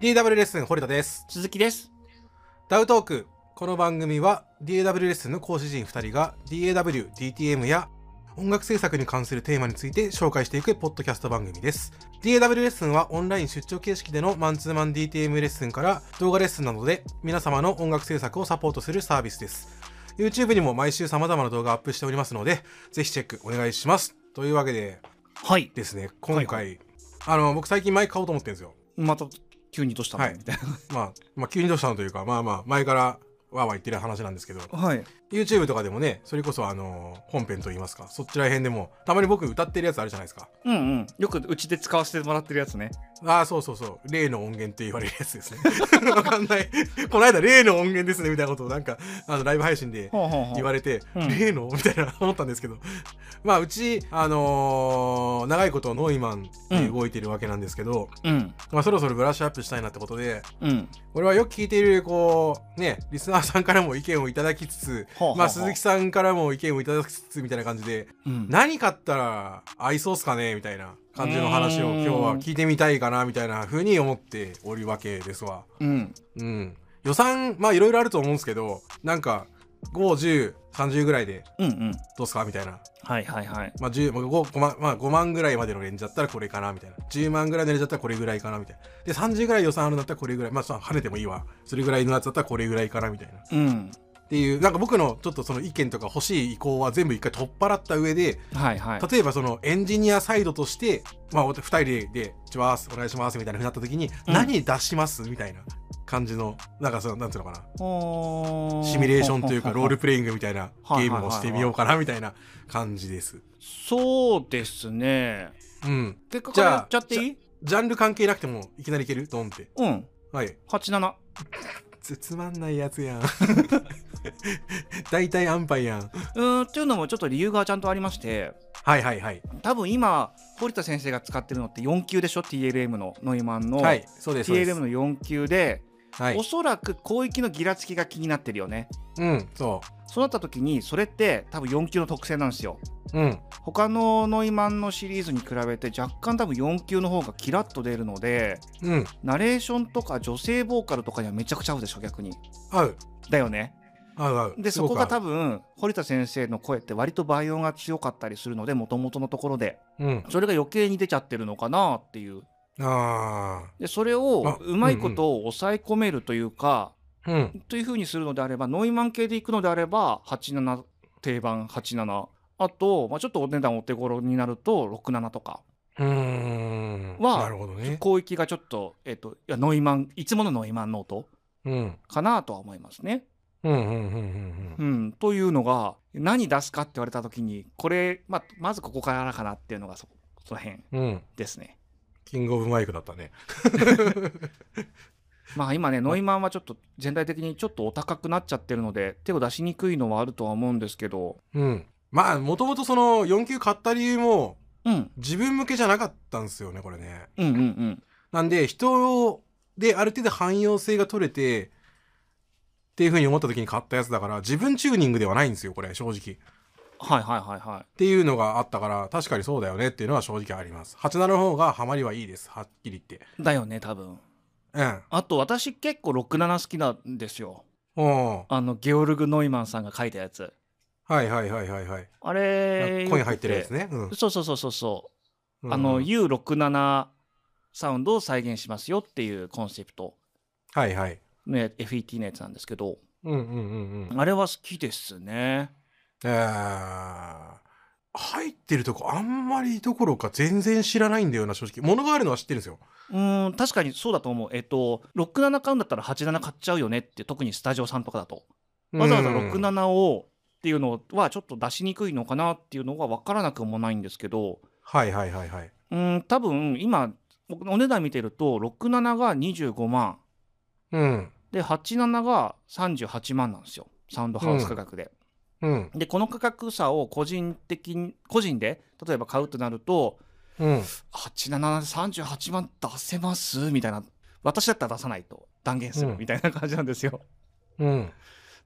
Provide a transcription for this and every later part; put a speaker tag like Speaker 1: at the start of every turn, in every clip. Speaker 1: DW レッスン堀田です
Speaker 2: 鈴木です。
Speaker 1: ダウトークこの番組は DAW レッスンの講師陣2人が DAW、DTM や音楽制作に関するテーマについて紹介していくポッドキャスト番組です DAW レッスンはオンライン出張形式でのマンツーマン DTM レッスンから動画レッスンなどで皆様の音楽制作をサポートするサービスです YouTube にも毎週様々な動画をアップしておりますのでぜひチェックお願いしますというわけで
Speaker 2: はい。
Speaker 1: ですね今回、
Speaker 2: は
Speaker 1: あの僕最近マイク買おうと思ってるんですよ
Speaker 2: また急にどうしたの、
Speaker 1: はい
Speaker 2: みたい
Speaker 1: まあ、まあ急にどうしたのというかまあまあ前からわーわー言ってる話なんですけど
Speaker 2: な。はい。
Speaker 1: YouTube とかでもねそれこそあのー本編といいますかそっちら辺でもたまに僕歌ってるやつあるじゃないですか
Speaker 2: うんうん。よくうちで使わせてもらってるやつね。
Speaker 1: ああそうそうそう例の音源って言われるやつですねわかんないこの間例の音源ですねみたいなことをなんかあのライブ配信で
Speaker 2: ほうほうほう
Speaker 1: 言われて、
Speaker 2: うん
Speaker 1: 例のみたいな思ったんですけどまあうちあのー長いことノイマンで動いてるわけなんですけど、
Speaker 2: うん。
Speaker 1: まあそろそろブラッシュアップしたいなってことで
Speaker 2: うん。
Speaker 1: 俺はよく聞いているこうねリスナーさんからも意見をいただきつつ
Speaker 2: はあはあ
Speaker 1: まあ鈴木さんからも意見をいただきつつみたいな感じで
Speaker 2: うん。
Speaker 1: 何買ったら合いそうっすかねみたいな感じの話を
Speaker 2: うん
Speaker 1: 今日は聞いてみたいかなみたいな風に思っておるわけですわ。
Speaker 2: うん。
Speaker 1: うん、予算まあいろいろあると思うんですけどなんか5030ぐらいで
Speaker 2: うんうん。
Speaker 1: どうっすかみたいな、
Speaker 2: はいはいはい。
Speaker 1: まあ、10まあ 5, 5万まあ、5万ぐらいまでのレンジだったらこれかなみたいな10万ぐらいのレンジだったらこれぐらいかなみたいなで30ぐらい予算あるんだったらこれぐらいまあそう跳ねてもいいわそれぐらいのやつだったらこれぐらいかなみたいな
Speaker 2: うん。
Speaker 1: っていうなんか僕のちょっとその意見とか欲しい意向は全部一回取っ払った上で
Speaker 2: はいはい。
Speaker 1: 例えばそのエンジニアサイドとして、まあ、2人でで「ちますお願いします」みたいなふうになった時に、
Speaker 2: うん
Speaker 1: 何出しますみたいな感じのなんかそのなんていうのか
Speaker 2: ほ
Speaker 1: な
Speaker 2: ー
Speaker 1: シミュレーションというかロール。
Speaker 2: ほほほほ
Speaker 1: プレイングみたいなゲームをしてみようかなみたいな感じです。
Speaker 2: そうですね。
Speaker 1: うん、
Speaker 2: 結果
Speaker 1: じ
Speaker 2: か
Speaker 1: ゃあ
Speaker 2: らやっちゃっていい
Speaker 1: ジャンル関係なくてもいきなりいけるドンって。
Speaker 2: うん。
Speaker 1: はい、
Speaker 2: 87。
Speaker 1: つつまんないやつやん。 大体安牌やん。
Speaker 2: うーん。っていうのもちょっと理由がちゃんとありまして、
Speaker 1: はいはいはい。
Speaker 2: 多分今、堀田先生が使ってるのって4級でしょ ?TLM のノイマンの。
Speaker 1: はい、そうです。そうで
Speaker 2: TLM の
Speaker 1: す
Speaker 2: 4級で、
Speaker 1: はい
Speaker 2: お、そらく広域のギラつきが気になってるよね
Speaker 1: うん、そ
Speaker 2: そうなった時にそれって多分4級の特性なんですよ
Speaker 1: う。うん、
Speaker 2: 他のノイマンのシリーズに比べて若干多分4級の方がキラッと出るので
Speaker 1: うん、
Speaker 2: ナレーションとか女性ボーカルとかにはめちゃくちゃ合うでしょ逆に
Speaker 1: 合う。
Speaker 2: だよね
Speaker 1: 合う合う。
Speaker 2: ですそ
Speaker 1: ごく
Speaker 2: こが
Speaker 1: 合
Speaker 2: 多分堀田先生の声って割と倍音が強かったりするのでもともとのところで
Speaker 1: う。うん。
Speaker 2: それが余計に出ちゃってるのかなっていう
Speaker 1: あ
Speaker 2: でそれ
Speaker 1: あ
Speaker 2: をうまいことを抑え込めるというか、
Speaker 1: あ。うん。
Speaker 2: というふうにするのであればノイマン系でいくのであれば87定番87あと、まあ、ちょっとお値段お手頃になると67とか
Speaker 1: うーん。
Speaker 2: は
Speaker 1: なるほどね。
Speaker 2: 広域がちょっと,、えっといやノイマンいつものノイマンノート
Speaker 1: うん。
Speaker 2: かなとは思いますね。
Speaker 1: うんうんうんうんう。
Speaker 2: うんん、というのが何出すかって言われた時にこれ、まあ、まずここからかなっていうのがそその辺
Speaker 1: うん。
Speaker 2: ですね。
Speaker 1: キングオブマイクだったね。
Speaker 2: まあ今ねノイマンはちょっと全体的にちょっとお高くなっちゃってるので手を出しにくいのはあるとは思うんですけど、
Speaker 1: うん。まあ、もともとその4級買った理由も
Speaker 2: うん、
Speaker 1: 自分向けじゃなかったんですよね、これね。
Speaker 2: うんうんうん
Speaker 1: なんで、人である程度汎用性が取れて、っていうふうに思った時に買ったやつだから、自分チューニングではないんですよ、これ、正直。
Speaker 2: はいはいはいはい。
Speaker 1: っていうのがあったから、確かにそうだよねっていうのは正直あります。87の方がハマりはいいです、はっきり言って。
Speaker 2: だよね多分
Speaker 1: うん。
Speaker 2: あと私結構67好きなんですよ
Speaker 1: おー
Speaker 2: あのゲオルグ・ノイマンさんが書いたやつ
Speaker 1: はいはいはいはいはい。
Speaker 2: あれ
Speaker 1: コイン入ってるやつ
Speaker 2: ね
Speaker 1: ね。うん。
Speaker 2: そうそうそうそうそうう、
Speaker 1: ん
Speaker 2: あの U67 サウンドを再現しますよっていうコンセプト
Speaker 1: はいはい。
Speaker 2: ね FET のやつなんですけど
Speaker 1: うんうんうんうん。
Speaker 2: あれは好きですね
Speaker 1: えー入ってるとこあんまりどころか全然知らないんだよな正直物があるのは知ってるんですよ
Speaker 2: うーん確かにそうだと思うえっと67買うんだったら87買っちゃうよねって特にスタジオさんとかだとわざわざ
Speaker 1: うん
Speaker 2: 67をっていうのはちょっと出しにくいのかなっていうのが分からなくもないんですけど
Speaker 1: はいはいはいはい
Speaker 2: うん多分今お値段見てると67が25万
Speaker 1: うん
Speaker 2: で87が38万なんですよサウンドハウス価格で、
Speaker 1: うん
Speaker 2: でこの価格差を個人的に個人で例えば買うとなると
Speaker 1: うん
Speaker 2: 8738万出せますみたいな私だったら出さないと断言す
Speaker 1: う
Speaker 2: る
Speaker 1: ん
Speaker 2: みたいな感じなんですよ、
Speaker 1: うん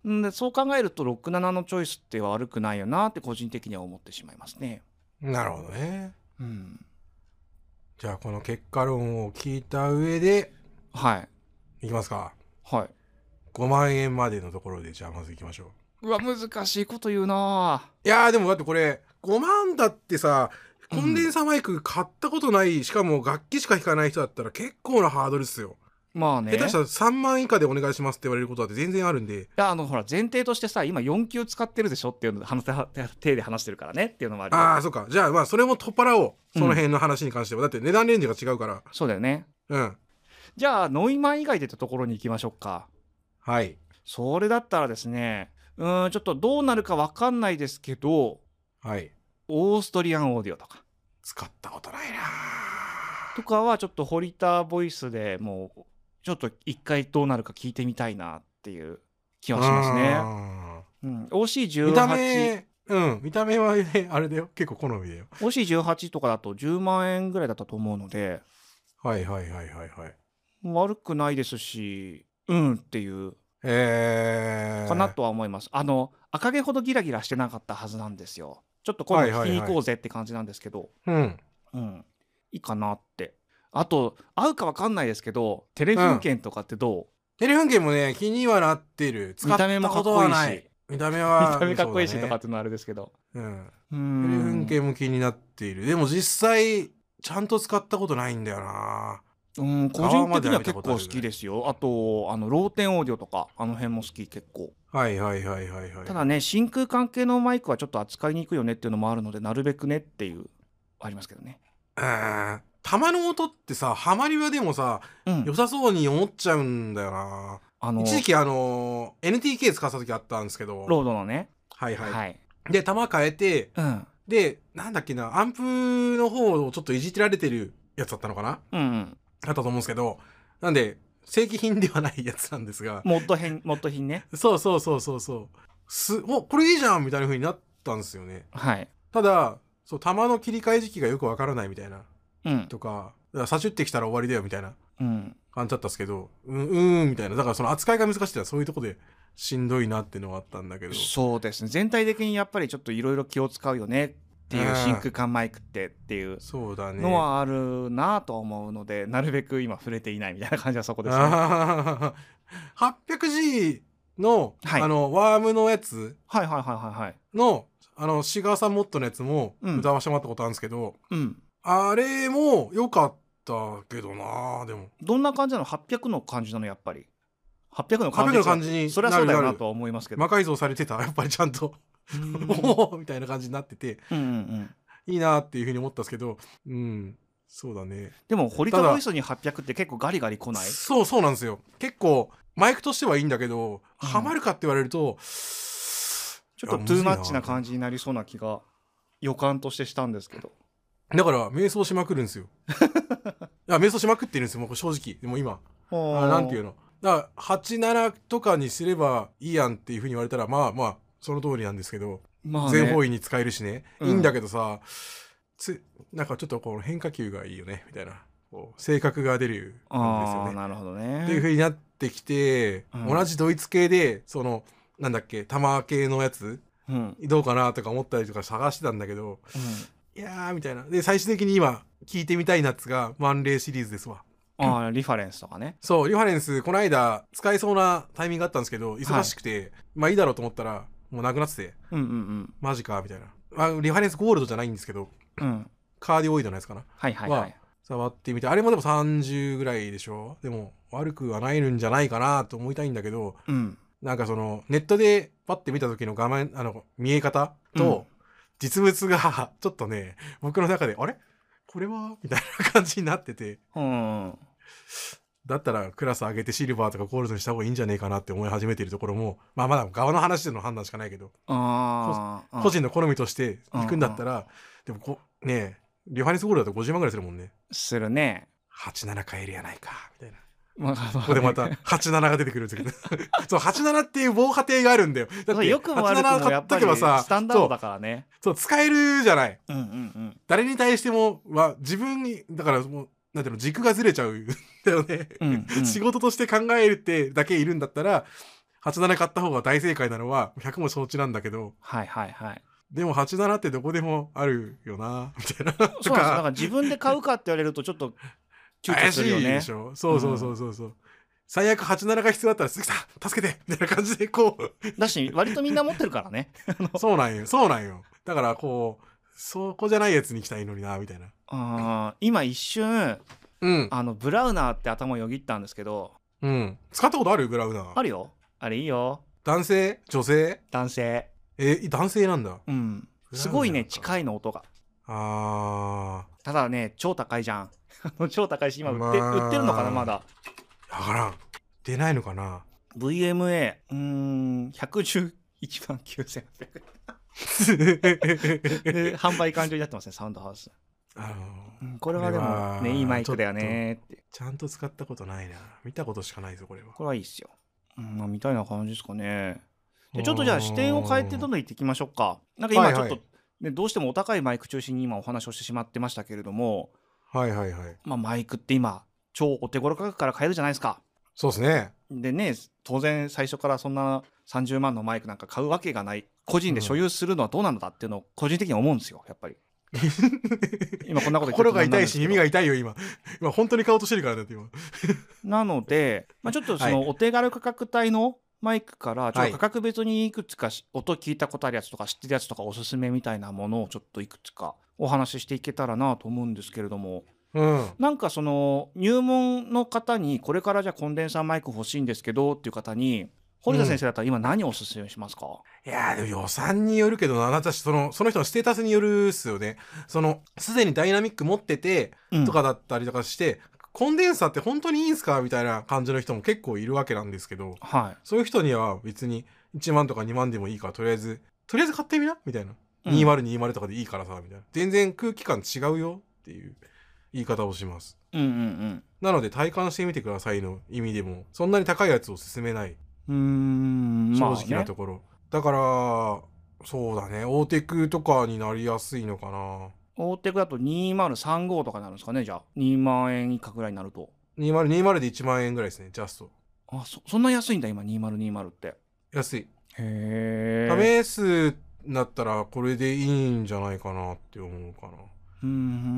Speaker 2: んでそう考えると67のチョイスって悪くないよなって個人的には思ってしまいますね
Speaker 1: なるほどね
Speaker 2: うん
Speaker 1: じゃあこの結果論を聞いた上で
Speaker 2: はい
Speaker 1: いきますか
Speaker 2: はい
Speaker 1: 5万円までのところでじゃあまずいきましょう
Speaker 2: うわ難しいこと言うなぁ
Speaker 1: いやーでもだってこれ5万だってさコンデンサーマイク買ったことない、しかも楽器しか弾かない人だったら結構なハードルっすよ、
Speaker 2: まあね
Speaker 1: 下手したら3万以下でお願いしますって言われることだって全然あるんで
Speaker 2: いやあのほら前提としてさ今4級使ってるでしょっていうので話せ手で話してるからねっていうのもあるよ
Speaker 1: ああそっかじゃあまあそれも取っ払おうその辺の話に関しては、だって値段レンジが違うから
Speaker 2: そうだよね
Speaker 1: うん
Speaker 2: じゃあノイマン以外でってところに行きましょうか
Speaker 1: はい
Speaker 2: それだったらですねうーんちょっとどうなるか分かんないですけど
Speaker 1: はい
Speaker 2: オーストリアンオーディオとか
Speaker 1: 使ったことないな
Speaker 2: とかはちょっとホリターボイスでもうちょっと一回どうなるか聞いてみたいなっていう気はしますね、
Speaker 1: ね
Speaker 2: うん、
Speaker 1: 見た
Speaker 2: OC18OC18
Speaker 1: 目うん見た目はねあれだよ結構好みだよ
Speaker 2: とかだと10万円ぐらいだったと思うので
Speaker 1: はいはいはいはいはい
Speaker 2: 悪くないですしうんっていう
Speaker 1: えー、
Speaker 2: かなとは思います、あの赤毛ほどギラギラしてなかったはずなんですよちょっと今度聞きに行こうぜって感じなんですけど、
Speaker 1: うん
Speaker 2: うんいいかなってあと合うかわかんないですけどテレフォン券とかってどう、
Speaker 1: テレフォン券もね気にはなってる使
Speaker 2: 見
Speaker 1: った
Speaker 2: 目も
Speaker 1: た
Speaker 2: かっ
Speaker 1: こと
Speaker 2: こ
Speaker 1: は
Speaker 2: い
Speaker 1: いな
Speaker 2: し
Speaker 1: い見た目は
Speaker 2: 見た目かっこいいしとかっ
Speaker 1: そう
Speaker 2: ていうのはあれですけど
Speaker 1: だねうん
Speaker 2: う
Speaker 1: テレフォ
Speaker 2: ん
Speaker 1: ン券も気になっているでも実際ちゃんと使ったことないんだよな
Speaker 2: うん個
Speaker 1: 側
Speaker 2: 人
Speaker 1: ま
Speaker 2: 的
Speaker 1: では
Speaker 2: には
Speaker 1: 見た
Speaker 2: 結
Speaker 1: こ
Speaker 2: 構
Speaker 1: とある
Speaker 2: 好きですよあとあのローテンオーディオとかあの辺も好き結構
Speaker 1: はいはいはいはいはい
Speaker 2: ただね真空関係のマイクはちょっと扱いにくいよねっていうのもあるのでなるべくねっていうありますけどね
Speaker 1: うん玉の音ってさハマりはでもさ
Speaker 2: うん
Speaker 1: 良さそうに思っちゃうんだよな
Speaker 2: あの
Speaker 1: 一時期あのー NTK 使った時あったんですけど
Speaker 2: ロードのね
Speaker 1: はい
Speaker 2: は、
Speaker 1: はいい、で弾変えて
Speaker 2: うん、うん
Speaker 1: でなんだっけなアンプの方をちょっといじってられてるやつだったのかな
Speaker 2: うん
Speaker 1: あったと思うんですけどなんで正規品ではないやつなんですが
Speaker 2: モッド編モッド品ね
Speaker 1: そうそうそうそうそうすおこれいいじゃんみたいな風になったんですよね
Speaker 2: はい
Speaker 1: ただそう弾の切り替え時期がよくわからないみたいな
Speaker 2: うん
Speaker 1: とかだから差し打ってきたら終わりだよみたいな
Speaker 2: うん
Speaker 1: 感じだったんですけどうんうーんみたいなだからその扱いが難しいっていうのはそういうとこでしんどいなっていうのはあったんだけど
Speaker 2: そうですね全体的にやっぱりちょっといろいろ気を使うよねっていう
Speaker 1: うん
Speaker 2: 真空管マイクってっていう
Speaker 1: そうだね
Speaker 2: のはあるなぁとは思うのでなるべく今触れていないみたいな感じはそこですね。は
Speaker 1: あー 800G の、
Speaker 2: はい
Speaker 1: あのワームのやつ
Speaker 2: いはいはいはいはい。
Speaker 1: のあのシガーさんモットのやつも
Speaker 2: うん
Speaker 1: 歌わしてもらったことあるんですけど、
Speaker 2: うん。
Speaker 1: あれも良かったけどなでも
Speaker 2: どんな感じなの800の感じなのやっぱり。800の感
Speaker 1: 800
Speaker 2: じ
Speaker 1: の感じに
Speaker 2: それは
Speaker 1: な
Speaker 2: そう
Speaker 1: る
Speaker 2: だ
Speaker 1: な
Speaker 2: よな
Speaker 1: る
Speaker 2: とは思いますけど。
Speaker 1: 魔改造されてた やっぱりちゃんと
Speaker 2: うん
Speaker 1: おおみたいな感じになってて
Speaker 2: うんうんうん
Speaker 1: いいなっていうふうに思ったんですけどうんそうだね
Speaker 2: でも堀田
Speaker 1: ただ
Speaker 2: ボイスに800って結構ガリガリ来ない
Speaker 1: そうそうなんですよ結構マイクとしてはいいんだけど、
Speaker 2: うん
Speaker 1: ハマるかって言われると
Speaker 2: ちょっとトゥーマッチな
Speaker 1: じ
Speaker 2: 感じになりそうな気が予感としてしたんですけど。
Speaker 1: だから瞑想しまくるん ですよいや瞑想しまくってるんですよもう正直でも今あなんていう
Speaker 2: の
Speaker 1: のだから87とかにすればいいやんっていうふうに言われたらまあまあその通りなんですけど、
Speaker 2: まあね
Speaker 1: 全方位に使えるしね、
Speaker 2: うん
Speaker 1: いいんだけどさつなんかちょっとこう変化球がいいよねみたいなこう性格が出るんです
Speaker 2: あ
Speaker 1: よ
Speaker 2: あ
Speaker 1: ね
Speaker 2: なるほど
Speaker 1: っ
Speaker 2: ね。
Speaker 1: ていうふうになってきて、
Speaker 2: うん
Speaker 1: 同じドイツ系でそのなんだっけ玉系のやつ
Speaker 2: うんうん
Speaker 1: どうかなとか思ったりとか探してたんだけどいやーみたいなで最終的に今聞いてみたいなやつがマンレーシリーズですわ
Speaker 2: ああリファレンスとかね。
Speaker 1: そうリファレンスこの間使えそうなタイミングがあったんですけど忙しくて、まあいいだろうと思ったらもうなくなってて
Speaker 2: うんうん
Speaker 1: マジかみたいな、まあ、リファレンスゴールドじゃないんですけど
Speaker 2: うん。うん
Speaker 1: カーディオイドのやつかな
Speaker 2: はいはいは。
Speaker 1: はい触ってみてあれもでも30ぐらいでしょでも悪くはないんじゃないかなと思いたいんだけど
Speaker 2: うん。
Speaker 1: なんかそのネットでパッて見た時の画面あの見え方と実物がちょっとね僕の中であれこれはみたいな感じになってて
Speaker 2: うんうん。
Speaker 1: だったらクラス上げてシルバーとかゴールドにした方がいいんじゃねえかなって思い始めてるところもまあまだ側の話での判断しかないけど
Speaker 2: ああ。
Speaker 1: 個人の好みとして行くんだったらでもこねえリファレンスゴールドだと50万ぐらいするもんね
Speaker 2: するね。
Speaker 1: 87買えるやないかみたいな
Speaker 2: まあ
Speaker 1: ここでまた 87が出てくるんですけど そう87っていう防波堤があるんだよだって
Speaker 2: よくも悪く
Speaker 1: 87
Speaker 2: も
Speaker 1: 買
Speaker 2: や
Speaker 1: っ
Speaker 2: っぱ
Speaker 1: と
Speaker 2: り
Speaker 1: けばさ
Speaker 2: スタンダードだからね。
Speaker 1: そう使えるじゃない
Speaker 2: うんうんうん。
Speaker 1: 誰に対してもは自分にだからもうなんていうの軸がずれちゃうん だよね、
Speaker 2: うんうん
Speaker 1: 仕事として考えるってだけいるんだったら87買った方が大正解なのは100も承知なんだけど
Speaker 2: はいは いはい。
Speaker 1: でも87ってどこでもあるよなみたいなと
Speaker 2: そうなんですよだから
Speaker 1: か
Speaker 2: 自分で買うかって言われるとちょっと躊躇
Speaker 1: 怪
Speaker 2: す
Speaker 1: し
Speaker 2: るよ
Speaker 1: い
Speaker 2: ね
Speaker 1: でしょそうそうそうそうそう、最悪87が必要だったら鈴木さん助けてみたいな感じでこ う
Speaker 2: だし割とみんな持ってるからね
Speaker 1: そうなんよそうなんよだからこうそこじゃないやつに来たいのになみたいな
Speaker 2: あー今一瞬
Speaker 1: うん
Speaker 2: あのブラウナーって頭よぎったんですけど
Speaker 1: うん使ったことあるグラウナー
Speaker 2: あるよあれいいよ
Speaker 1: 男性女性
Speaker 2: 男性
Speaker 1: えー男性なんだ
Speaker 2: うん
Speaker 1: ブラウナーか
Speaker 2: すごいね近いの音が
Speaker 1: あ
Speaker 2: ただね超高いじゃん 超高いし今売って,、
Speaker 1: まあ
Speaker 2: 売ってるのかなまだ
Speaker 1: ーわからん出ないのかな
Speaker 2: VMA うーん111万9800 円で販売完了になってますねサウンドハウス、
Speaker 1: あの
Speaker 2: うんこれはで
Speaker 1: これは
Speaker 2: もねいいマイクだよねって
Speaker 1: ちゃんと使ったことないな見たことしかないぞこれは
Speaker 2: これはいいっすよ、うんまあ、みたいな感じですかねでちょっとじゃあ視点を変えてどんどん行っていきましょうかなんか今ちょっと、
Speaker 1: はいはい
Speaker 2: ね、どうしてもお高いマイク中心に今お話をしてしまってましたけれども、
Speaker 1: はいはいはい
Speaker 2: まあ、マイクって今超お手頃価格から買えるじゃないですか
Speaker 1: そうですね
Speaker 2: でね当然最初からそんな30万のマイクなんか買うわけがない個人で所有するのはどうなのだっていうのを個人的に思うんですよやっ ぱり今こんなこと言って
Speaker 1: 心が痛いし
Speaker 2: なんなんですけど
Speaker 1: 耳が痛いよ今今本当に買おうとしてるからだって今
Speaker 2: なので、まあ、ちょっとそ
Speaker 1: は
Speaker 2: のお手軽価格帯のマイクからちょっと価格別にいくつかし音聞いたことあるやつとか知ってるやつとかおすすめみたいなものをちょっといくつかお話ししていけたらなと思うんですけれども
Speaker 1: うん
Speaker 2: なんかその入門の方にこれからじゃあコンデンサーマイク欲しいんですけどっていう方に堀田先生だったら今何をおすすめしますか、
Speaker 1: いやーでも予算によるけどな、なたし、その、その人のステータスによるっすよね。その、すでにダイナミック持ってて、
Speaker 2: うん
Speaker 1: とかだったりとかして、コンデンサーって本当にいいんすかみたいな感じの人も結構いるわけなんですけど、
Speaker 2: は
Speaker 1: そういう人には別に1万とか2万でもいいから、とりあえず、とりあえず買ってみなみたいな。
Speaker 2: い、うん
Speaker 1: 2020とかでいいからさ、みたいな。全然空気感違うよっていう言い方をします。
Speaker 2: うんうん
Speaker 1: なので体感してみてくださいの意味でも、そんなに高いやつを勧めない。
Speaker 2: うんうーんまあ
Speaker 1: 正
Speaker 2: ね
Speaker 1: 直なところ、だからそうだね大手クとかになりやすいのかな
Speaker 2: 大手だと2035とかになるんですかねじゃあ2万円以下ぐらいになると
Speaker 1: 2020で1万円ぐらいですねジャスト
Speaker 2: あそそんな安いんだ今2020ってへ
Speaker 1: 安い
Speaker 2: え
Speaker 1: 試すなったらこれでいいんじゃないかなって思うかな
Speaker 2: うー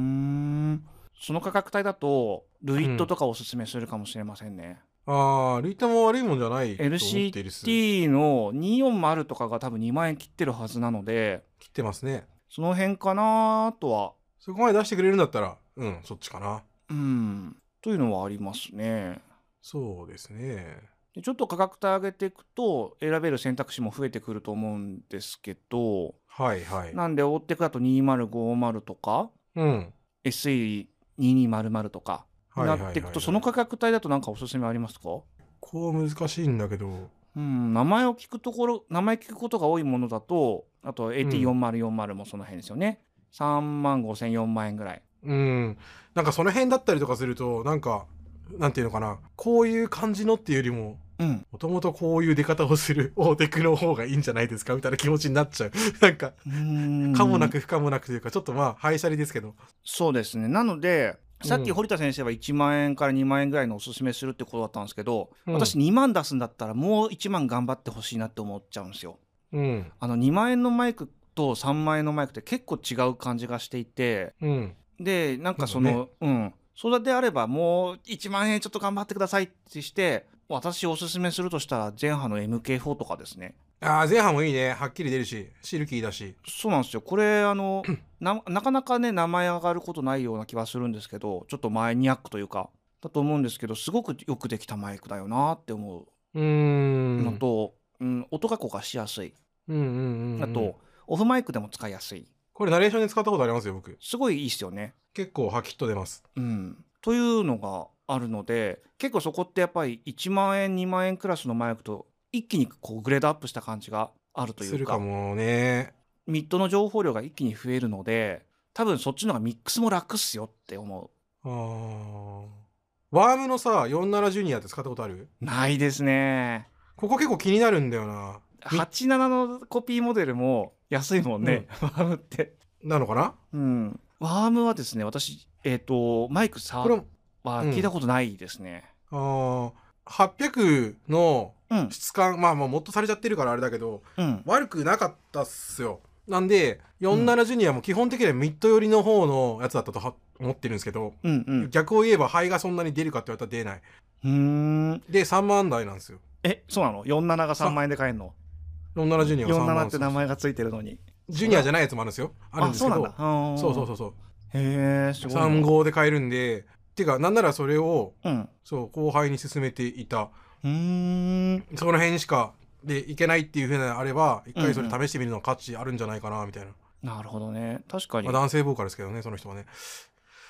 Speaker 2: んその価格帯だとルイットとかおすすめするかもしれませんね、
Speaker 1: あールイタも悪いもんじゃないと思っているっす切
Speaker 2: LCT の240とかが多分2万円切ってるはずなので
Speaker 1: ってますね
Speaker 2: その辺かなとは
Speaker 1: そこまで出してくれるんだったらうんそっちかな
Speaker 2: うんというのはありますね
Speaker 1: そうですね
Speaker 2: でちょっと価格帯上げていくと選べる選択肢も増えてくると思うんですけど
Speaker 1: はいはい
Speaker 2: なんで追ってくだと2050とか
Speaker 1: うん
Speaker 2: SE2200 とか
Speaker 1: はいは
Speaker 2: な
Speaker 1: はい
Speaker 2: い
Speaker 1: はい
Speaker 2: っていくとその価格帯だとなんかおすすめありますか
Speaker 1: こう難しいんだけど
Speaker 2: うん名前を聞くところ名前聞くことが多いものだとあと AT4040 もその辺ですよね、3万5004万円ぐらい
Speaker 1: うん、なんかその辺だったりとかするとなんかなんていうのかなこういう感じのっていうよりも
Speaker 2: うん
Speaker 1: もともとこういう出方をする 大テクの方がいいんじゃないですかみたいな気持ちになっちゃう なんか可もなく不可もなくというかちょっとまあ廃車りですけど
Speaker 2: そうですねなのでさっき
Speaker 1: うん
Speaker 2: 堀田先生は1万円から2万円ぐらいのおすすめするってことだったんですけど、
Speaker 1: うん
Speaker 2: 私2万出すんだったらもう1万頑張ってほしいなって思っちゃうんですよ
Speaker 1: うん
Speaker 2: あの2万円のマイクと3万円のマイクって結構違う感じがしていて
Speaker 1: うん
Speaker 2: でなんかそのうんそれであればもう1万円ちょっと頑張ってくださいってして私おすすめするとしたら前半の MK4 とかですね
Speaker 1: ああ前半もいいねはっきり出るしシルキーだし
Speaker 2: そうなんですよこれあ のななかなかね名前上がることないような気はするんですけどちょっとマニアックというかだと思うんですけどすごくよくできたマイクだよなって思
Speaker 1: うー
Speaker 2: うんのと、うん音加工がしやすい
Speaker 1: うんうんうん
Speaker 2: あと、オフマイクでも使いやすい
Speaker 1: これナレーションで使ったことありますよ僕
Speaker 2: すごいいいですよね
Speaker 1: 結構ハキッと出ます
Speaker 2: うん、というのがあるので結構そこってやっぱり1万円2万円クラスのマイクと一気にこうグレードアップした感じがあるというか
Speaker 1: するかもね
Speaker 2: ミッドの情報量が一気に増えるので多分そっちの方がミックスも楽っすよって思
Speaker 1: あーワームのさ47ジュニアって使ったことある
Speaker 2: うないですね
Speaker 1: ここ結構気になるんだよな。
Speaker 2: 87のコピーモデルも安いもんね、ワームって、
Speaker 1: なのかな
Speaker 2: うん、ワームはですね私えっ、とマイクさ
Speaker 1: これも
Speaker 2: は聞いたことないですね、
Speaker 1: あー800の
Speaker 2: うん
Speaker 1: 質感、まあもうもっとされちゃってるからあれだけど
Speaker 2: うん
Speaker 1: 悪くなかったっすよ。なんで47ジュニアも基本的にはミッド寄りの方のやつだったとは思ってるんですけど、
Speaker 2: うんうん
Speaker 1: 逆を言えば肺がそんなに出るかって言われたら出ないう
Speaker 2: ーん
Speaker 1: で3万台なんですよ
Speaker 2: えそうなの47が3万円で買えるの
Speaker 1: 47ジュニアが3万で
Speaker 2: 47っ
Speaker 1: す
Speaker 2: て
Speaker 1: よ
Speaker 2: 名前がついてるのに
Speaker 1: ジュニアじゃないやつもあるんですよあるんですけど
Speaker 2: そうなんだんんん
Speaker 1: そうそうそうそう
Speaker 2: へえすごいな
Speaker 1: 3号で買えるんでていうかなんならそれを
Speaker 2: うん
Speaker 1: そう後輩に勧めていた
Speaker 2: うーん
Speaker 1: その辺しかでいけないっていうふうなのあれば一回それ試してみるのは価値あるんじゃないかなみたいな、
Speaker 2: なるほどね確かに
Speaker 1: まあ、男性ボーカルですけどねその人はね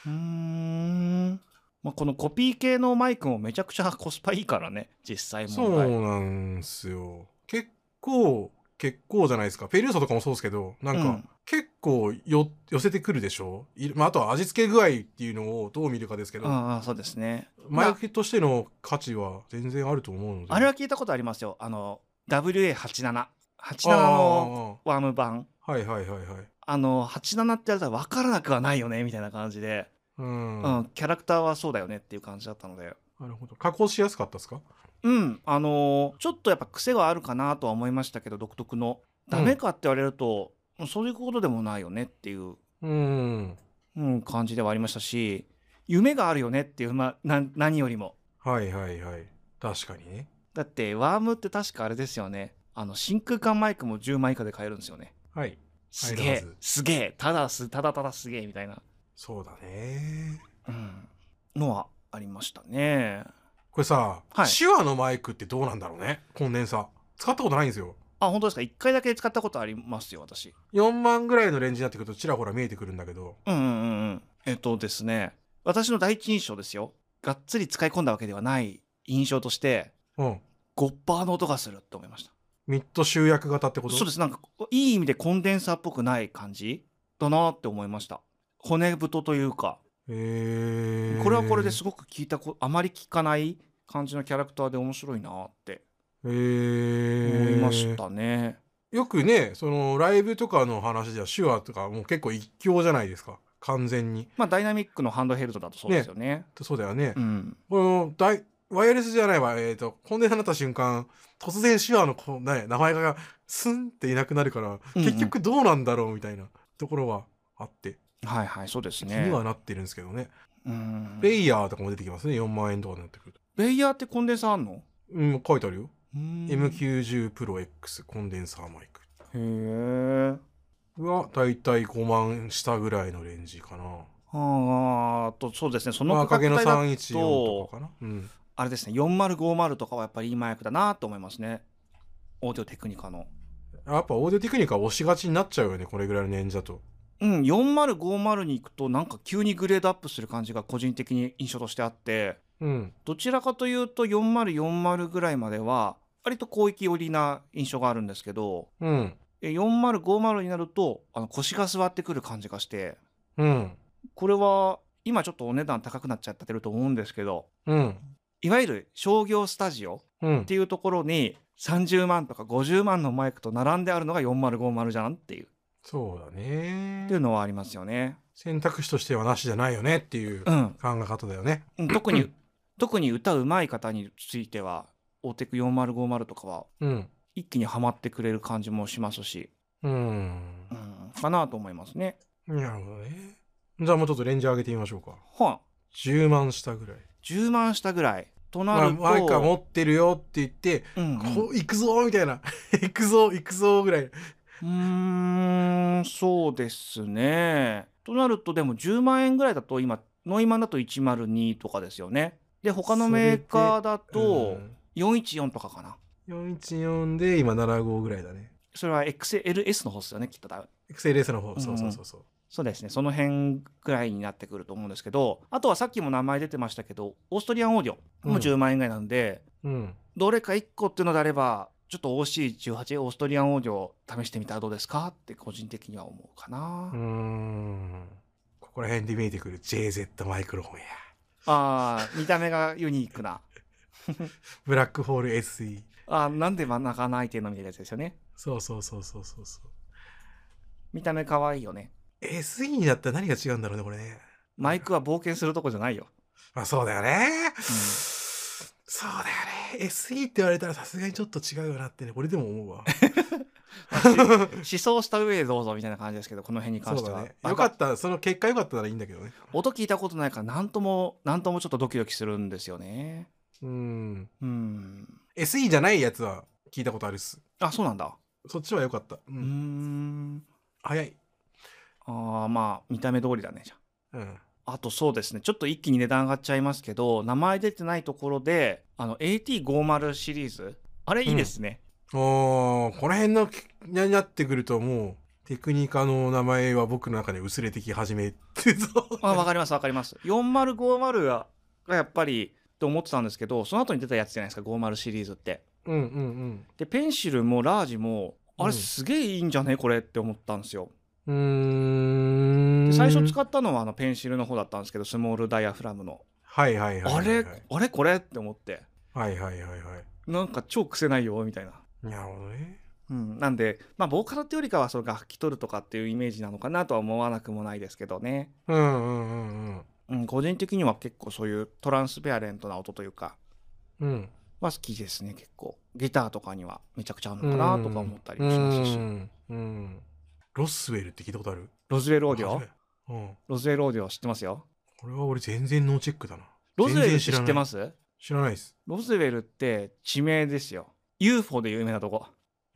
Speaker 2: うーん、まあ、このコピー系のマイクもめちゃくちゃコスパいいからね実際
Speaker 1: そ
Speaker 2: 問題
Speaker 1: うなんすよ結構結構じゃないですかペルーソとかもそうですけどなんか、
Speaker 2: うん
Speaker 1: 結構よ寄せてくるでしょ、いまあ、あとは味付け具合っていうのをどう見るかですけど、
Speaker 2: ああそうですね
Speaker 1: マイクとしての価値は全然あると思うので
Speaker 2: あれは聞いたことありますよあの WA8787
Speaker 1: あー
Speaker 2: のワーム版
Speaker 1: はいはいはいはい
Speaker 2: あの87ってやったら分からなくはないよねみたいな感じで、
Speaker 1: うん、
Speaker 2: うんキャラクターはそうだよねっていう感じだったので
Speaker 1: なるほど加工しやすかったですか
Speaker 2: うんあのーちょっとやっぱ癖があるかなとは思いましたけど独特のダメかって言われると、そういうことでもないよねっていう
Speaker 1: うん
Speaker 2: うん、感じではありましたし夢があるよねっていう、まあ、なん何よりも
Speaker 1: はいはいはい確かにね
Speaker 2: だってワームって確かあれですよねあの真空管マイクも10万以下で買えるんですよね
Speaker 1: はい
Speaker 2: すげ
Speaker 1: 買え
Speaker 2: え
Speaker 1: るはず
Speaker 2: すげえただすただただすげえみたいな、
Speaker 1: そうだね
Speaker 2: うん、のはありましたね
Speaker 1: これさ、
Speaker 2: はい
Speaker 1: 手話のマイクってどうなんだろうねコンデンサー使ったことないんですよ
Speaker 2: あ本当ですか1回だけ使ったことありますよ私
Speaker 1: 4万ぐらいのレンジになってくるとちらほら見えてくるんだけど
Speaker 2: うんうんうんうんえっとですね私の第一印象ですよがっつり使い込んだわけではない印象として
Speaker 1: うん
Speaker 2: ゴッパーの音がするって思いました
Speaker 1: ミッド集約型ってこと
Speaker 2: そうですすなんかいい意味でコンデンサーっぽくない感じだなって思いました骨太というか
Speaker 1: へえ
Speaker 2: これはこれですごく聞いたこあまり聞かない感じのキャラクターで面白いなって
Speaker 1: へ
Speaker 2: 思
Speaker 1: え
Speaker 2: いましたね、
Speaker 1: よくねそのライブとかの話じゃ手話とかもう結構一強じゃないですか完全に
Speaker 2: まあダイナミックのハンドヘルドだとそうですよね
Speaker 1: そうだよね、
Speaker 2: うん
Speaker 1: このダイワイヤレスじゃないわえっ、とコンデンサーになった瞬間突然手話のこう、ね、名前がスンっていなくなるから
Speaker 2: うんうん
Speaker 1: 結局どうなんだろうみたいなところはあって
Speaker 2: はいはいそうです
Speaker 1: 気
Speaker 2: ね
Speaker 1: にはなってるんですけどね
Speaker 2: うん
Speaker 1: レイヤーとかも出てきますね4万円とかになってくると
Speaker 2: レイヤーってコンデンサーあんの
Speaker 1: うん書いてあるよ、
Speaker 2: うーん
Speaker 1: M90 Pro X コンデンサーマイ
Speaker 2: へえ
Speaker 1: クはだいたい5万下ぐらいのレンジかな
Speaker 2: ああとそうですねその
Speaker 1: まあ
Speaker 2: 価
Speaker 1: 影
Speaker 2: 格
Speaker 1: の
Speaker 2: 帯だ
Speaker 1: 314と
Speaker 2: と
Speaker 1: かかな、うん、
Speaker 2: あれですね4050とかはやっぱりいいマイクだなと思いますねオーディオテクニカの
Speaker 1: やっぱオーディオテクニカ押しがちになっちゃうよねこれぐらいのレンジだと
Speaker 2: うん、4050に行くとなんか急にグレードアップする感じが個人的に印象としてあって
Speaker 1: うん
Speaker 2: どちらかというと4040ぐらいまでは割と広域寄りな印象があるんですけど
Speaker 1: うん
Speaker 2: え4050になるとあの腰が座ってくる感じがして
Speaker 1: うん
Speaker 2: これは今ちょっとお値段高くなっちゃってると思うんですけど
Speaker 1: うん
Speaker 2: いわゆる商業スタジオ
Speaker 1: うん
Speaker 2: っていうところに30万とか50万のマイクと並んであるのが4050じゃんっていう
Speaker 1: そうだ
Speaker 2: っ
Speaker 1: ね
Speaker 2: ていうのはありますよね。
Speaker 1: 選択肢としてはなしじゃないよねっていう
Speaker 2: う
Speaker 1: 考
Speaker 2: ん
Speaker 1: え方だよね、
Speaker 2: うん 特に特に歌うまい方についてはオーテク4050とかは
Speaker 1: うん
Speaker 2: 一気にはまってくれる感じもしますし、
Speaker 1: うん、
Speaker 2: うん、かなと思いますね。
Speaker 1: なるほどねじゃあもうちょっとレンジ上げてみましょうか
Speaker 2: は
Speaker 1: 10万下ぐらい、
Speaker 2: 10万したぐらいとな
Speaker 1: まあ、
Speaker 2: ると、
Speaker 1: マイカ持ってるよって言って、
Speaker 2: うんうん
Speaker 1: こう行くぞーみたいな 行くぞ行くぞーぐらいう
Speaker 2: ーんそうですね。となるとでも10万円ぐらいだと今ノイマンだと102とかですよね。で他のメーカーだと
Speaker 1: うん
Speaker 2: 414とかかな。
Speaker 1: 414で今75ぐらいだね
Speaker 2: それは XLS の方ですよねきっとだ
Speaker 1: XLS の方
Speaker 2: ん
Speaker 1: そうそうそうそう、
Speaker 2: そうですねその辺ぐらいになってくると思うんですけどあとはさっきも名前出てましたけどオーストリアンオーディオも
Speaker 1: うん
Speaker 2: 10万円ぐらいなんで、
Speaker 1: うん、
Speaker 2: どれか1個っていうのであればちょっと OC18 オーストリアンオーディオを試してみたらどうですかって個人的には思うかな、
Speaker 1: うーんここら辺で見えてくる JZ マイクロフォンや
Speaker 2: あー見た目がユニークな
Speaker 1: ブラックホール SE
Speaker 2: あーなんで真ん中泣いてんのみたいなやつですよね
Speaker 1: そうそうそうそうそうそう
Speaker 2: 見た目可愛いよね
Speaker 1: SE になったら何が違うんだろうねこれね
Speaker 2: マイクは冒険するとこじゃないよ
Speaker 1: まあそうだよね、そうだよね SE って言われたらさすがにちょっと違うよなってね俺でも思うわ
Speaker 2: 思想した上でどうぞみたいな 感じですけどこの辺に
Speaker 1: そ
Speaker 2: 関し
Speaker 1: う
Speaker 2: て
Speaker 1: だ
Speaker 2: は、
Speaker 1: ね
Speaker 2: なん
Speaker 1: よかったその結果よかったならいいんだけどね
Speaker 2: 音聞いたことないから何とも何ともちょっとドキドキするんですよね
Speaker 1: うん
Speaker 2: うん
Speaker 1: SE じゃないやつは聞いたことあるっす
Speaker 2: あそうなんだ
Speaker 1: そっちは良かった、う
Speaker 2: うんーん
Speaker 1: 早い、
Speaker 2: あーまあ見た目通りだねじゃ
Speaker 1: うん、
Speaker 2: ああとそうですねちょっと一気に値段上がっちゃいますけど名前出てないところであの AT50 シリーズあれいいですね、
Speaker 1: おーこの辺のきになってくるともうテクニカの名前は僕の中で薄れてき始めてぞ
Speaker 2: あわかりますわかります4050ががやっぱりと思ってたんですけどその後に出たやつじゃないですか50シリーズって
Speaker 1: うんうんうん
Speaker 2: でペンシルもラージもあ
Speaker 1: う
Speaker 2: れ
Speaker 1: ん
Speaker 2: すげえいいんじゃねこれって思ったんですよ
Speaker 1: うー
Speaker 2: で
Speaker 1: ん
Speaker 2: 最初使ったのはあのペンシルの方だったんですけどスモールダイヤフラムの
Speaker 1: はいはいはい
Speaker 2: あ
Speaker 1: はいは
Speaker 2: れ
Speaker 1: い
Speaker 2: あれこれって思って
Speaker 1: はいはいはいは
Speaker 2: なんか超癖ないよみたいな、
Speaker 1: いなるほどね
Speaker 2: うん、なんでまあボーカルってよりかはその楽器取るとかっていうイメージなのかなとは思わなくもないですけどね、
Speaker 1: うんうんうん
Speaker 2: うん、個人的には結構そういうトランスペアレントな音というか
Speaker 1: うんうん
Speaker 2: は好きですね結構ギターとかにはめちゃくちゃ合うのかなとか思ったりもしますし
Speaker 1: うんうんロスウェルって聞いたことある
Speaker 2: ロズウェルオーディ
Speaker 1: 初
Speaker 2: オ
Speaker 1: めうん
Speaker 2: ロズウェルオーディオ知ってますよ
Speaker 1: これは俺全然ノーチェックだな
Speaker 2: ロズウェルって
Speaker 1: 全然
Speaker 2: 知
Speaker 1: 知らない
Speaker 2: ってます
Speaker 1: 知らないです
Speaker 2: ロズウェルって地名ですよ UFO で有名なとこ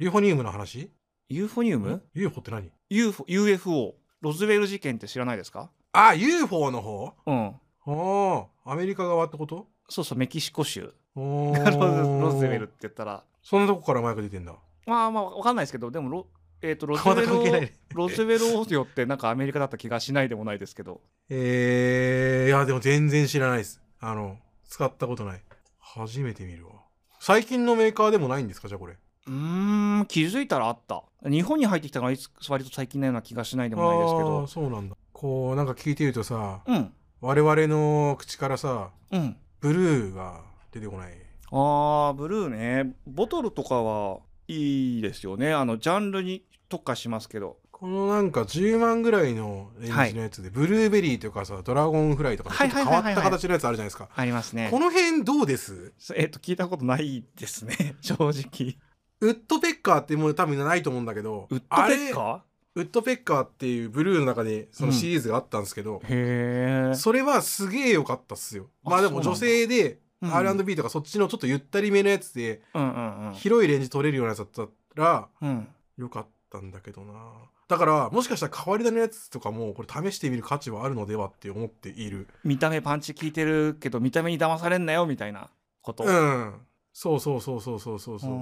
Speaker 1: ユーフォニウムの話
Speaker 2: ユーフォニウム
Speaker 1: UFO って何
Speaker 2: UFO UFO ロズウェル事件って知らないですか
Speaker 1: あ UFO の方
Speaker 2: うん
Speaker 1: ああアメリカ側ってこと
Speaker 2: そうそうメキシコ州
Speaker 1: お
Speaker 2: が
Speaker 1: ー
Speaker 2: ロズロズウェルって言ったら
Speaker 1: そんなとこからマイク出てんだ
Speaker 2: まあまあわかんないですけどでもロ,、えー、とロズウ
Speaker 1: まだ関係な
Speaker 2: ェ
Speaker 1: い
Speaker 2: ル
Speaker 1: ね
Speaker 2: ロズウェルオーディオってなんかアメリカだった気がしないでもないですけど
Speaker 1: えー、いやでも全然知らないですあの使ったことない初めて見るわ最近のメーカーでもないんですかじゃあこれ
Speaker 2: うーん気づいたらあった日本に入ってきたのはいつ割と最近のような気がしないでもないですけ
Speaker 1: あー
Speaker 2: ど
Speaker 1: そうなんだこうなんか聞いてるとさ
Speaker 2: うん
Speaker 1: 我々の口からさ
Speaker 2: うん
Speaker 1: ブルーが出てこない
Speaker 2: あーブルーねボトルとかはいいですよねあのジャンルに特化しますけど
Speaker 1: このなんか10万ぐらいのレンジのやつで、ブルーベリーとかさドラゴンフライとかち
Speaker 2: は
Speaker 1: ょ
Speaker 2: い
Speaker 1: っと
Speaker 2: はい
Speaker 1: 変
Speaker 2: はいは
Speaker 1: わ
Speaker 2: い
Speaker 1: っ
Speaker 2: はい
Speaker 1: た形のやつあるじゃないですか、
Speaker 2: ありますね
Speaker 1: この辺どうです
Speaker 2: えっと聞いたことないですね 正直
Speaker 1: ウッドペッカーってもう多分ないと思うんだけど
Speaker 2: ウッドペッ
Speaker 1: あれ
Speaker 2: カ
Speaker 1: ウッドペッカーっていうブルーの中でそのシリーズがあったんですけど
Speaker 2: ー、へえ
Speaker 1: それはすげえ良かったっすよ
Speaker 2: あ
Speaker 1: まあでも
Speaker 2: そう
Speaker 1: 女
Speaker 2: なんだ
Speaker 1: 性で
Speaker 2: うん
Speaker 1: R&B とかそっちのちょっとゆったりめのやつで
Speaker 2: うんうん
Speaker 1: 広いレンジ取れるようなやつだったら
Speaker 2: うんうん
Speaker 1: 良かったんだけどなだからもしかしたら変わり種のやつとかもこれ試してみる価値はあるのではって思っている
Speaker 2: 見た目パンチ効いてるけど見た目に騙されんなよみたいなこと
Speaker 1: うんそうそうそうそうそうそうそう
Speaker 2: ー
Speaker 1: う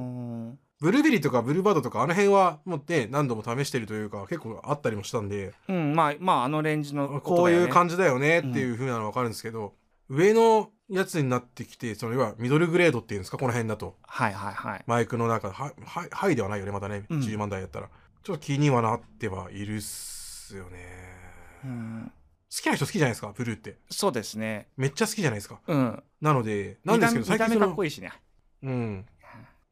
Speaker 1: んブルーベリーとかブルーバードとかあの辺はもうね何度も試してるというか結構あったりもしたんで
Speaker 2: うんまあまああのレンジの
Speaker 1: こういう
Speaker 2: 感
Speaker 1: 感じだよねっていう風なのは分かるんですけど、上のやつになってきてその要はミドルグレードっていうんですかこの辺だと
Speaker 2: はいはいはい
Speaker 1: マイクの中はははいではないよねまたね、
Speaker 2: うん
Speaker 1: 10万台やったらちょっと気にはなってはいるっすよね
Speaker 2: うん
Speaker 1: 好きな人好きじゃないですかブルーって
Speaker 2: そうですね
Speaker 1: めっちゃ好きじゃないですか
Speaker 2: うん
Speaker 1: なのでなんですけど
Speaker 2: 見
Speaker 1: 最
Speaker 2: た
Speaker 1: 近
Speaker 2: 目
Speaker 1: そ
Speaker 2: 見た目かっこ
Speaker 1: の
Speaker 2: いいしね
Speaker 1: うん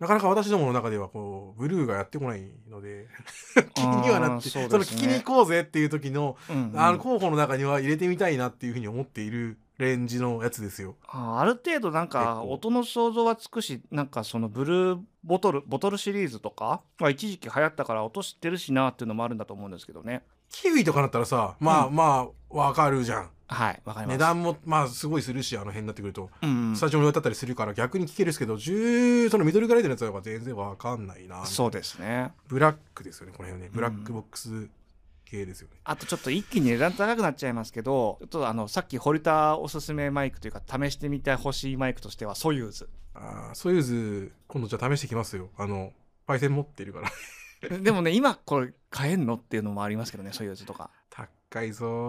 Speaker 1: なかなか私どもの中ではこうブルーがやってこないので 気にはなって
Speaker 2: あー
Speaker 1: そ
Speaker 2: そう
Speaker 1: の
Speaker 2: です
Speaker 1: 聞
Speaker 2: ね
Speaker 1: きに行こうぜっていう時の
Speaker 2: うんうん
Speaker 1: あの候補の中には入れてみたいなっていうふうに思っているレンジのやつですよ。
Speaker 2: あある程度なんか
Speaker 1: 結構
Speaker 2: 音の想像はつくしなんかそのブルーボトルボトルシリーズとかは一時期流行ったから音知ってるしなっていうのもあるんだと思うんですけどね
Speaker 1: キウイとかだったらさまあ
Speaker 2: う
Speaker 1: まあわかるじゃん、
Speaker 2: はいわかります
Speaker 1: 値段もまあすごいするしあの辺になってくると、
Speaker 2: うんうん
Speaker 1: スタジオに置いてあったりするから逆に聞けるんですけど10そのミドルグレードのやつは全然わかんないな
Speaker 2: そうですね
Speaker 1: ブラックですよねこの辺ねブラックボックス系ですよね、
Speaker 2: あとちょっと一気に値段高くなっちゃいますけどちょっとあのさっき堀田おすすめマイクというか試してみてほしいマイクとしてはソユ ーズ
Speaker 1: ああソユーズ今度じゃあ試してきますよあのパイセン持ってるから
Speaker 2: でもね今これ買えんのっていうのもありますけどねソユーズとか
Speaker 1: 高いぞ
Speaker 2: 売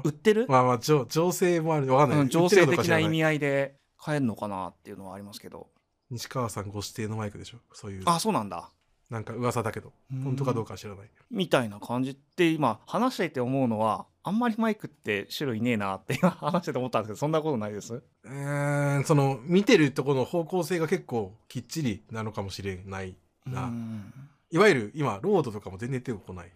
Speaker 1: ー
Speaker 2: ってる、
Speaker 1: まあまあ情情勢もあるわかんない、
Speaker 2: うん、情
Speaker 1: 売っ
Speaker 2: 勢
Speaker 1: てるか
Speaker 2: 的
Speaker 1: どうか知ら
Speaker 2: ない意味合いで買えんのかなっていうのはありますけど
Speaker 1: 西川さんご指定のマイクでしょそういう
Speaker 2: あそうなんだ
Speaker 1: なんか噂だけど本当かどうかは知らない
Speaker 2: みたいな感じって今話していて思うのはあんまりマイクって種類ねえなって今話してて思ったんですけどそんなことないです
Speaker 1: うーんその見てるとこの方向性が結構きっちりなのかもしれないな、
Speaker 2: うん
Speaker 1: いわゆる今ロードとかも全然出てこない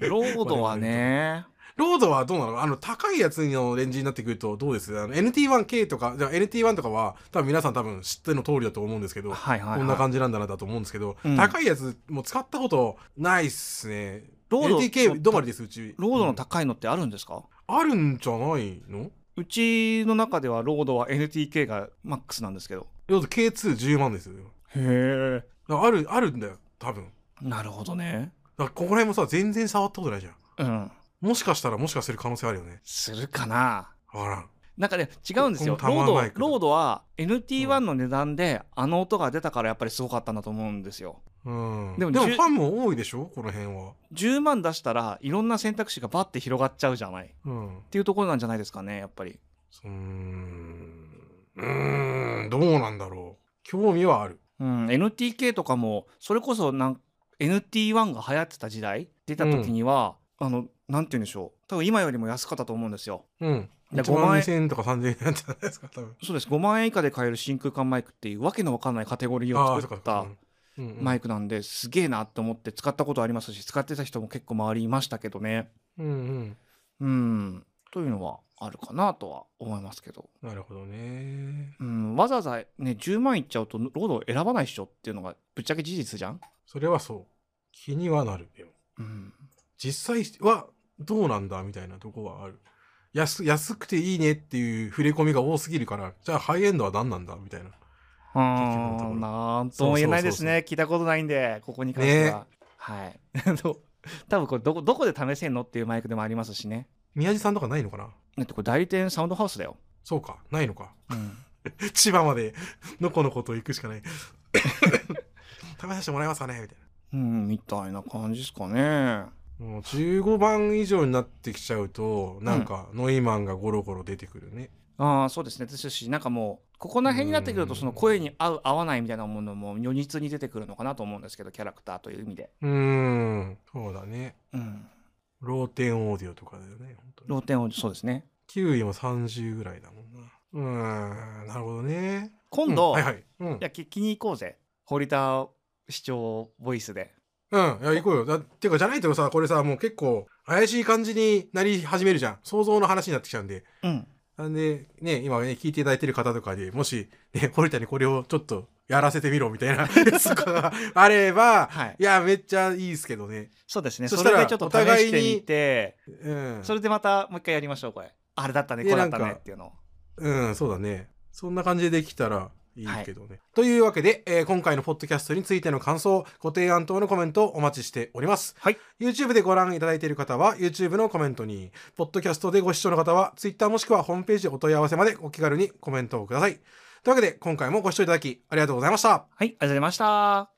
Speaker 2: ロードはね、
Speaker 1: ロードはどうなのあの、高いやつのレンジになってくるとどうですあの ?NT1K とか、じゃあ NT1 とかは、多分皆さん多分知っての通りだと思うんですけど、
Speaker 2: はいはいはい、
Speaker 1: こんな感じなんだなだと思うんですけど、
Speaker 2: うん
Speaker 1: 高いやつも使ったことないっすね。
Speaker 2: ロード
Speaker 1: NTK 止まりです、うち。
Speaker 2: ロードの
Speaker 1: うん
Speaker 2: 高いのってあるんですか、
Speaker 1: あるんじゃないの
Speaker 2: うちの中ではロードは NTK がマックスなんですけど。
Speaker 1: 要するに K210 万ですよ。
Speaker 2: へえ。
Speaker 1: だからある、あるんだよ、多分。
Speaker 2: なるほどね。
Speaker 1: だからここら辺もさ、全然触ったことないじゃん。
Speaker 2: うん。
Speaker 1: もしかしたらもしかする可能性あるよね。
Speaker 2: するかな
Speaker 1: わからん。
Speaker 2: なんかね違うんですよ
Speaker 1: こ
Speaker 2: ロ
Speaker 1: のタワーマイ
Speaker 2: ー
Speaker 1: ク
Speaker 2: ドロードは NT1 の値段であの音が出たからやっぱりすごかったんだと思うんですよ
Speaker 1: うん、で
Speaker 2: で
Speaker 1: も
Speaker 2: も
Speaker 1: フ
Speaker 2: じゅ
Speaker 1: ァンも多いでしょこの辺は、
Speaker 2: 10万出したらいろんな選択肢がバッて広がっちゃうじゃないっ
Speaker 1: うん、
Speaker 2: ていうところなんじゃないですかねやっぱり
Speaker 1: うーんうーんどうなんだろう興味はある
Speaker 2: うん、NTK とかもそれこそなん NT1 が流行ってた時代出た時には、あのなんて言うんでしょう多分今よりも安かったと思うんですよ
Speaker 1: うん
Speaker 2: いや
Speaker 1: 1
Speaker 2: 5
Speaker 1: 万
Speaker 2: 万
Speaker 1: 2000円とか3000円なんじゃないですか多分
Speaker 2: そうです5万円以下で買える真空管マイクっていうわけのわかんないカテゴリー
Speaker 1: あ
Speaker 2: を
Speaker 1: あそ
Speaker 2: 作っ
Speaker 1: っか
Speaker 2: た
Speaker 1: うんうん
Speaker 2: マイクなんですげえなと思って使ったことありますし使ってた人も結構周りいましたけどね
Speaker 1: うんうん
Speaker 2: うんというのはあるかなとは思いますけど、
Speaker 1: なるほどね
Speaker 2: うん、わざわざね10万いっちゃうとロードを選ばないっしょっていうのがぶっちゃけ事実じゃん、
Speaker 1: それはそう気にはなるでも
Speaker 2: うん、
Speaker 1: 実際はどうなんだみたいなとこはある安安くていいねっていう触れ込みが多すぎるからじゃあハイエンドは何なんだみたいなのとこ
Speaker 2: あ
Speaker 1: ろ
Speaker 2: ーなんとも言えないですね聞いたことないんでここに関しては、はい あの多分これどこどこで試せんのっていうマイクでもありますしね
Speaker 1: 宮地さんとかないのかな
Speaker 2: だってこれ代理店サウンドハウスだよ、
Speaker 1: そうかないのか
Speaker 2: うん、
Speaker 1: 千葉までのこのこと行くしかない食べさせてもらえますかねみたい
Speaker 2: うん、みたいな感じですかね
Speaker 1: なもう15番以上になってきちゃうとなんかノイマンがゴロゴロ出てくるね、
Speaker 2: ああそうですねですしなんかもうここら辺になってくる
Speaker 1: う
Speaker 2: と
Speaker 1: ん
Speaker 2: その声に合う合わないみたいなものも如実に出てくるのかなと思うんですけどキャラクターという意味で、
Speaker 1: うーんそうだね
Speaker 2: うん、
Speaker 1: ローテンオーディオとかだよね本当に
Speaker 2: ローテンをそうですね
Speaker 1: 9位も30ぐらいだもんなうーんなるほどね
Speaker 2: 今度、
Speaker 1: うんはい
Speaker 2: い
Speaker 1: はいうん、うん、い
Speaker 2: や聞きに行こうぜ堀田市長ボイスで
Speaker 1: や行こうよだっていうかじゃないとさこれさもう結構怪しい感じになり始めるじゃん想像の話になってきちゃうんで
Speaker 2: うん
Speaker 1: なんで、ね、今ね、聞いていただいてる方とかで、もし、ね、堀田にこれをちょっとやらせてみろみたいな やつとかがあれば、
Speaker 2: はい
Speaker 1: いや、めっちゃいいですけどね。
Speaker 2: そうですね
Speaker 1: そ
Speaker 2: そ
Speaker 1: したら
Speaker 2: れでちょっと試してみて
Speaker 1: うん。
Speaker 2: それでまたもう一回やりましょうこれあれだった
Speaker 1: い
Speaker 2: ねこ
Speaker 1: や
Speaker 2: れだった
Speaker 1: なん
Speaker 2: ね
Speaker 1: か
Speaker 2: っていうのを
Speaker 1: うん、そうだね。そんな感じでできたらいいけどね。というわけで、えー今回のポッドキャストについての感想、ご提案等のコメントをお待ちしております。
Speaker 2: はい。
Speaker 1: YouTube でご覧いただいている方は、YouTube のコメントに、ポッドキャストでご視聴の方は、Twitter もしくはホームページお問い合わせまでお気軽にコメントをください。というわけで、今回もご視聴いただき、ありがとうございました。
Speaker 2: はいありがとうございました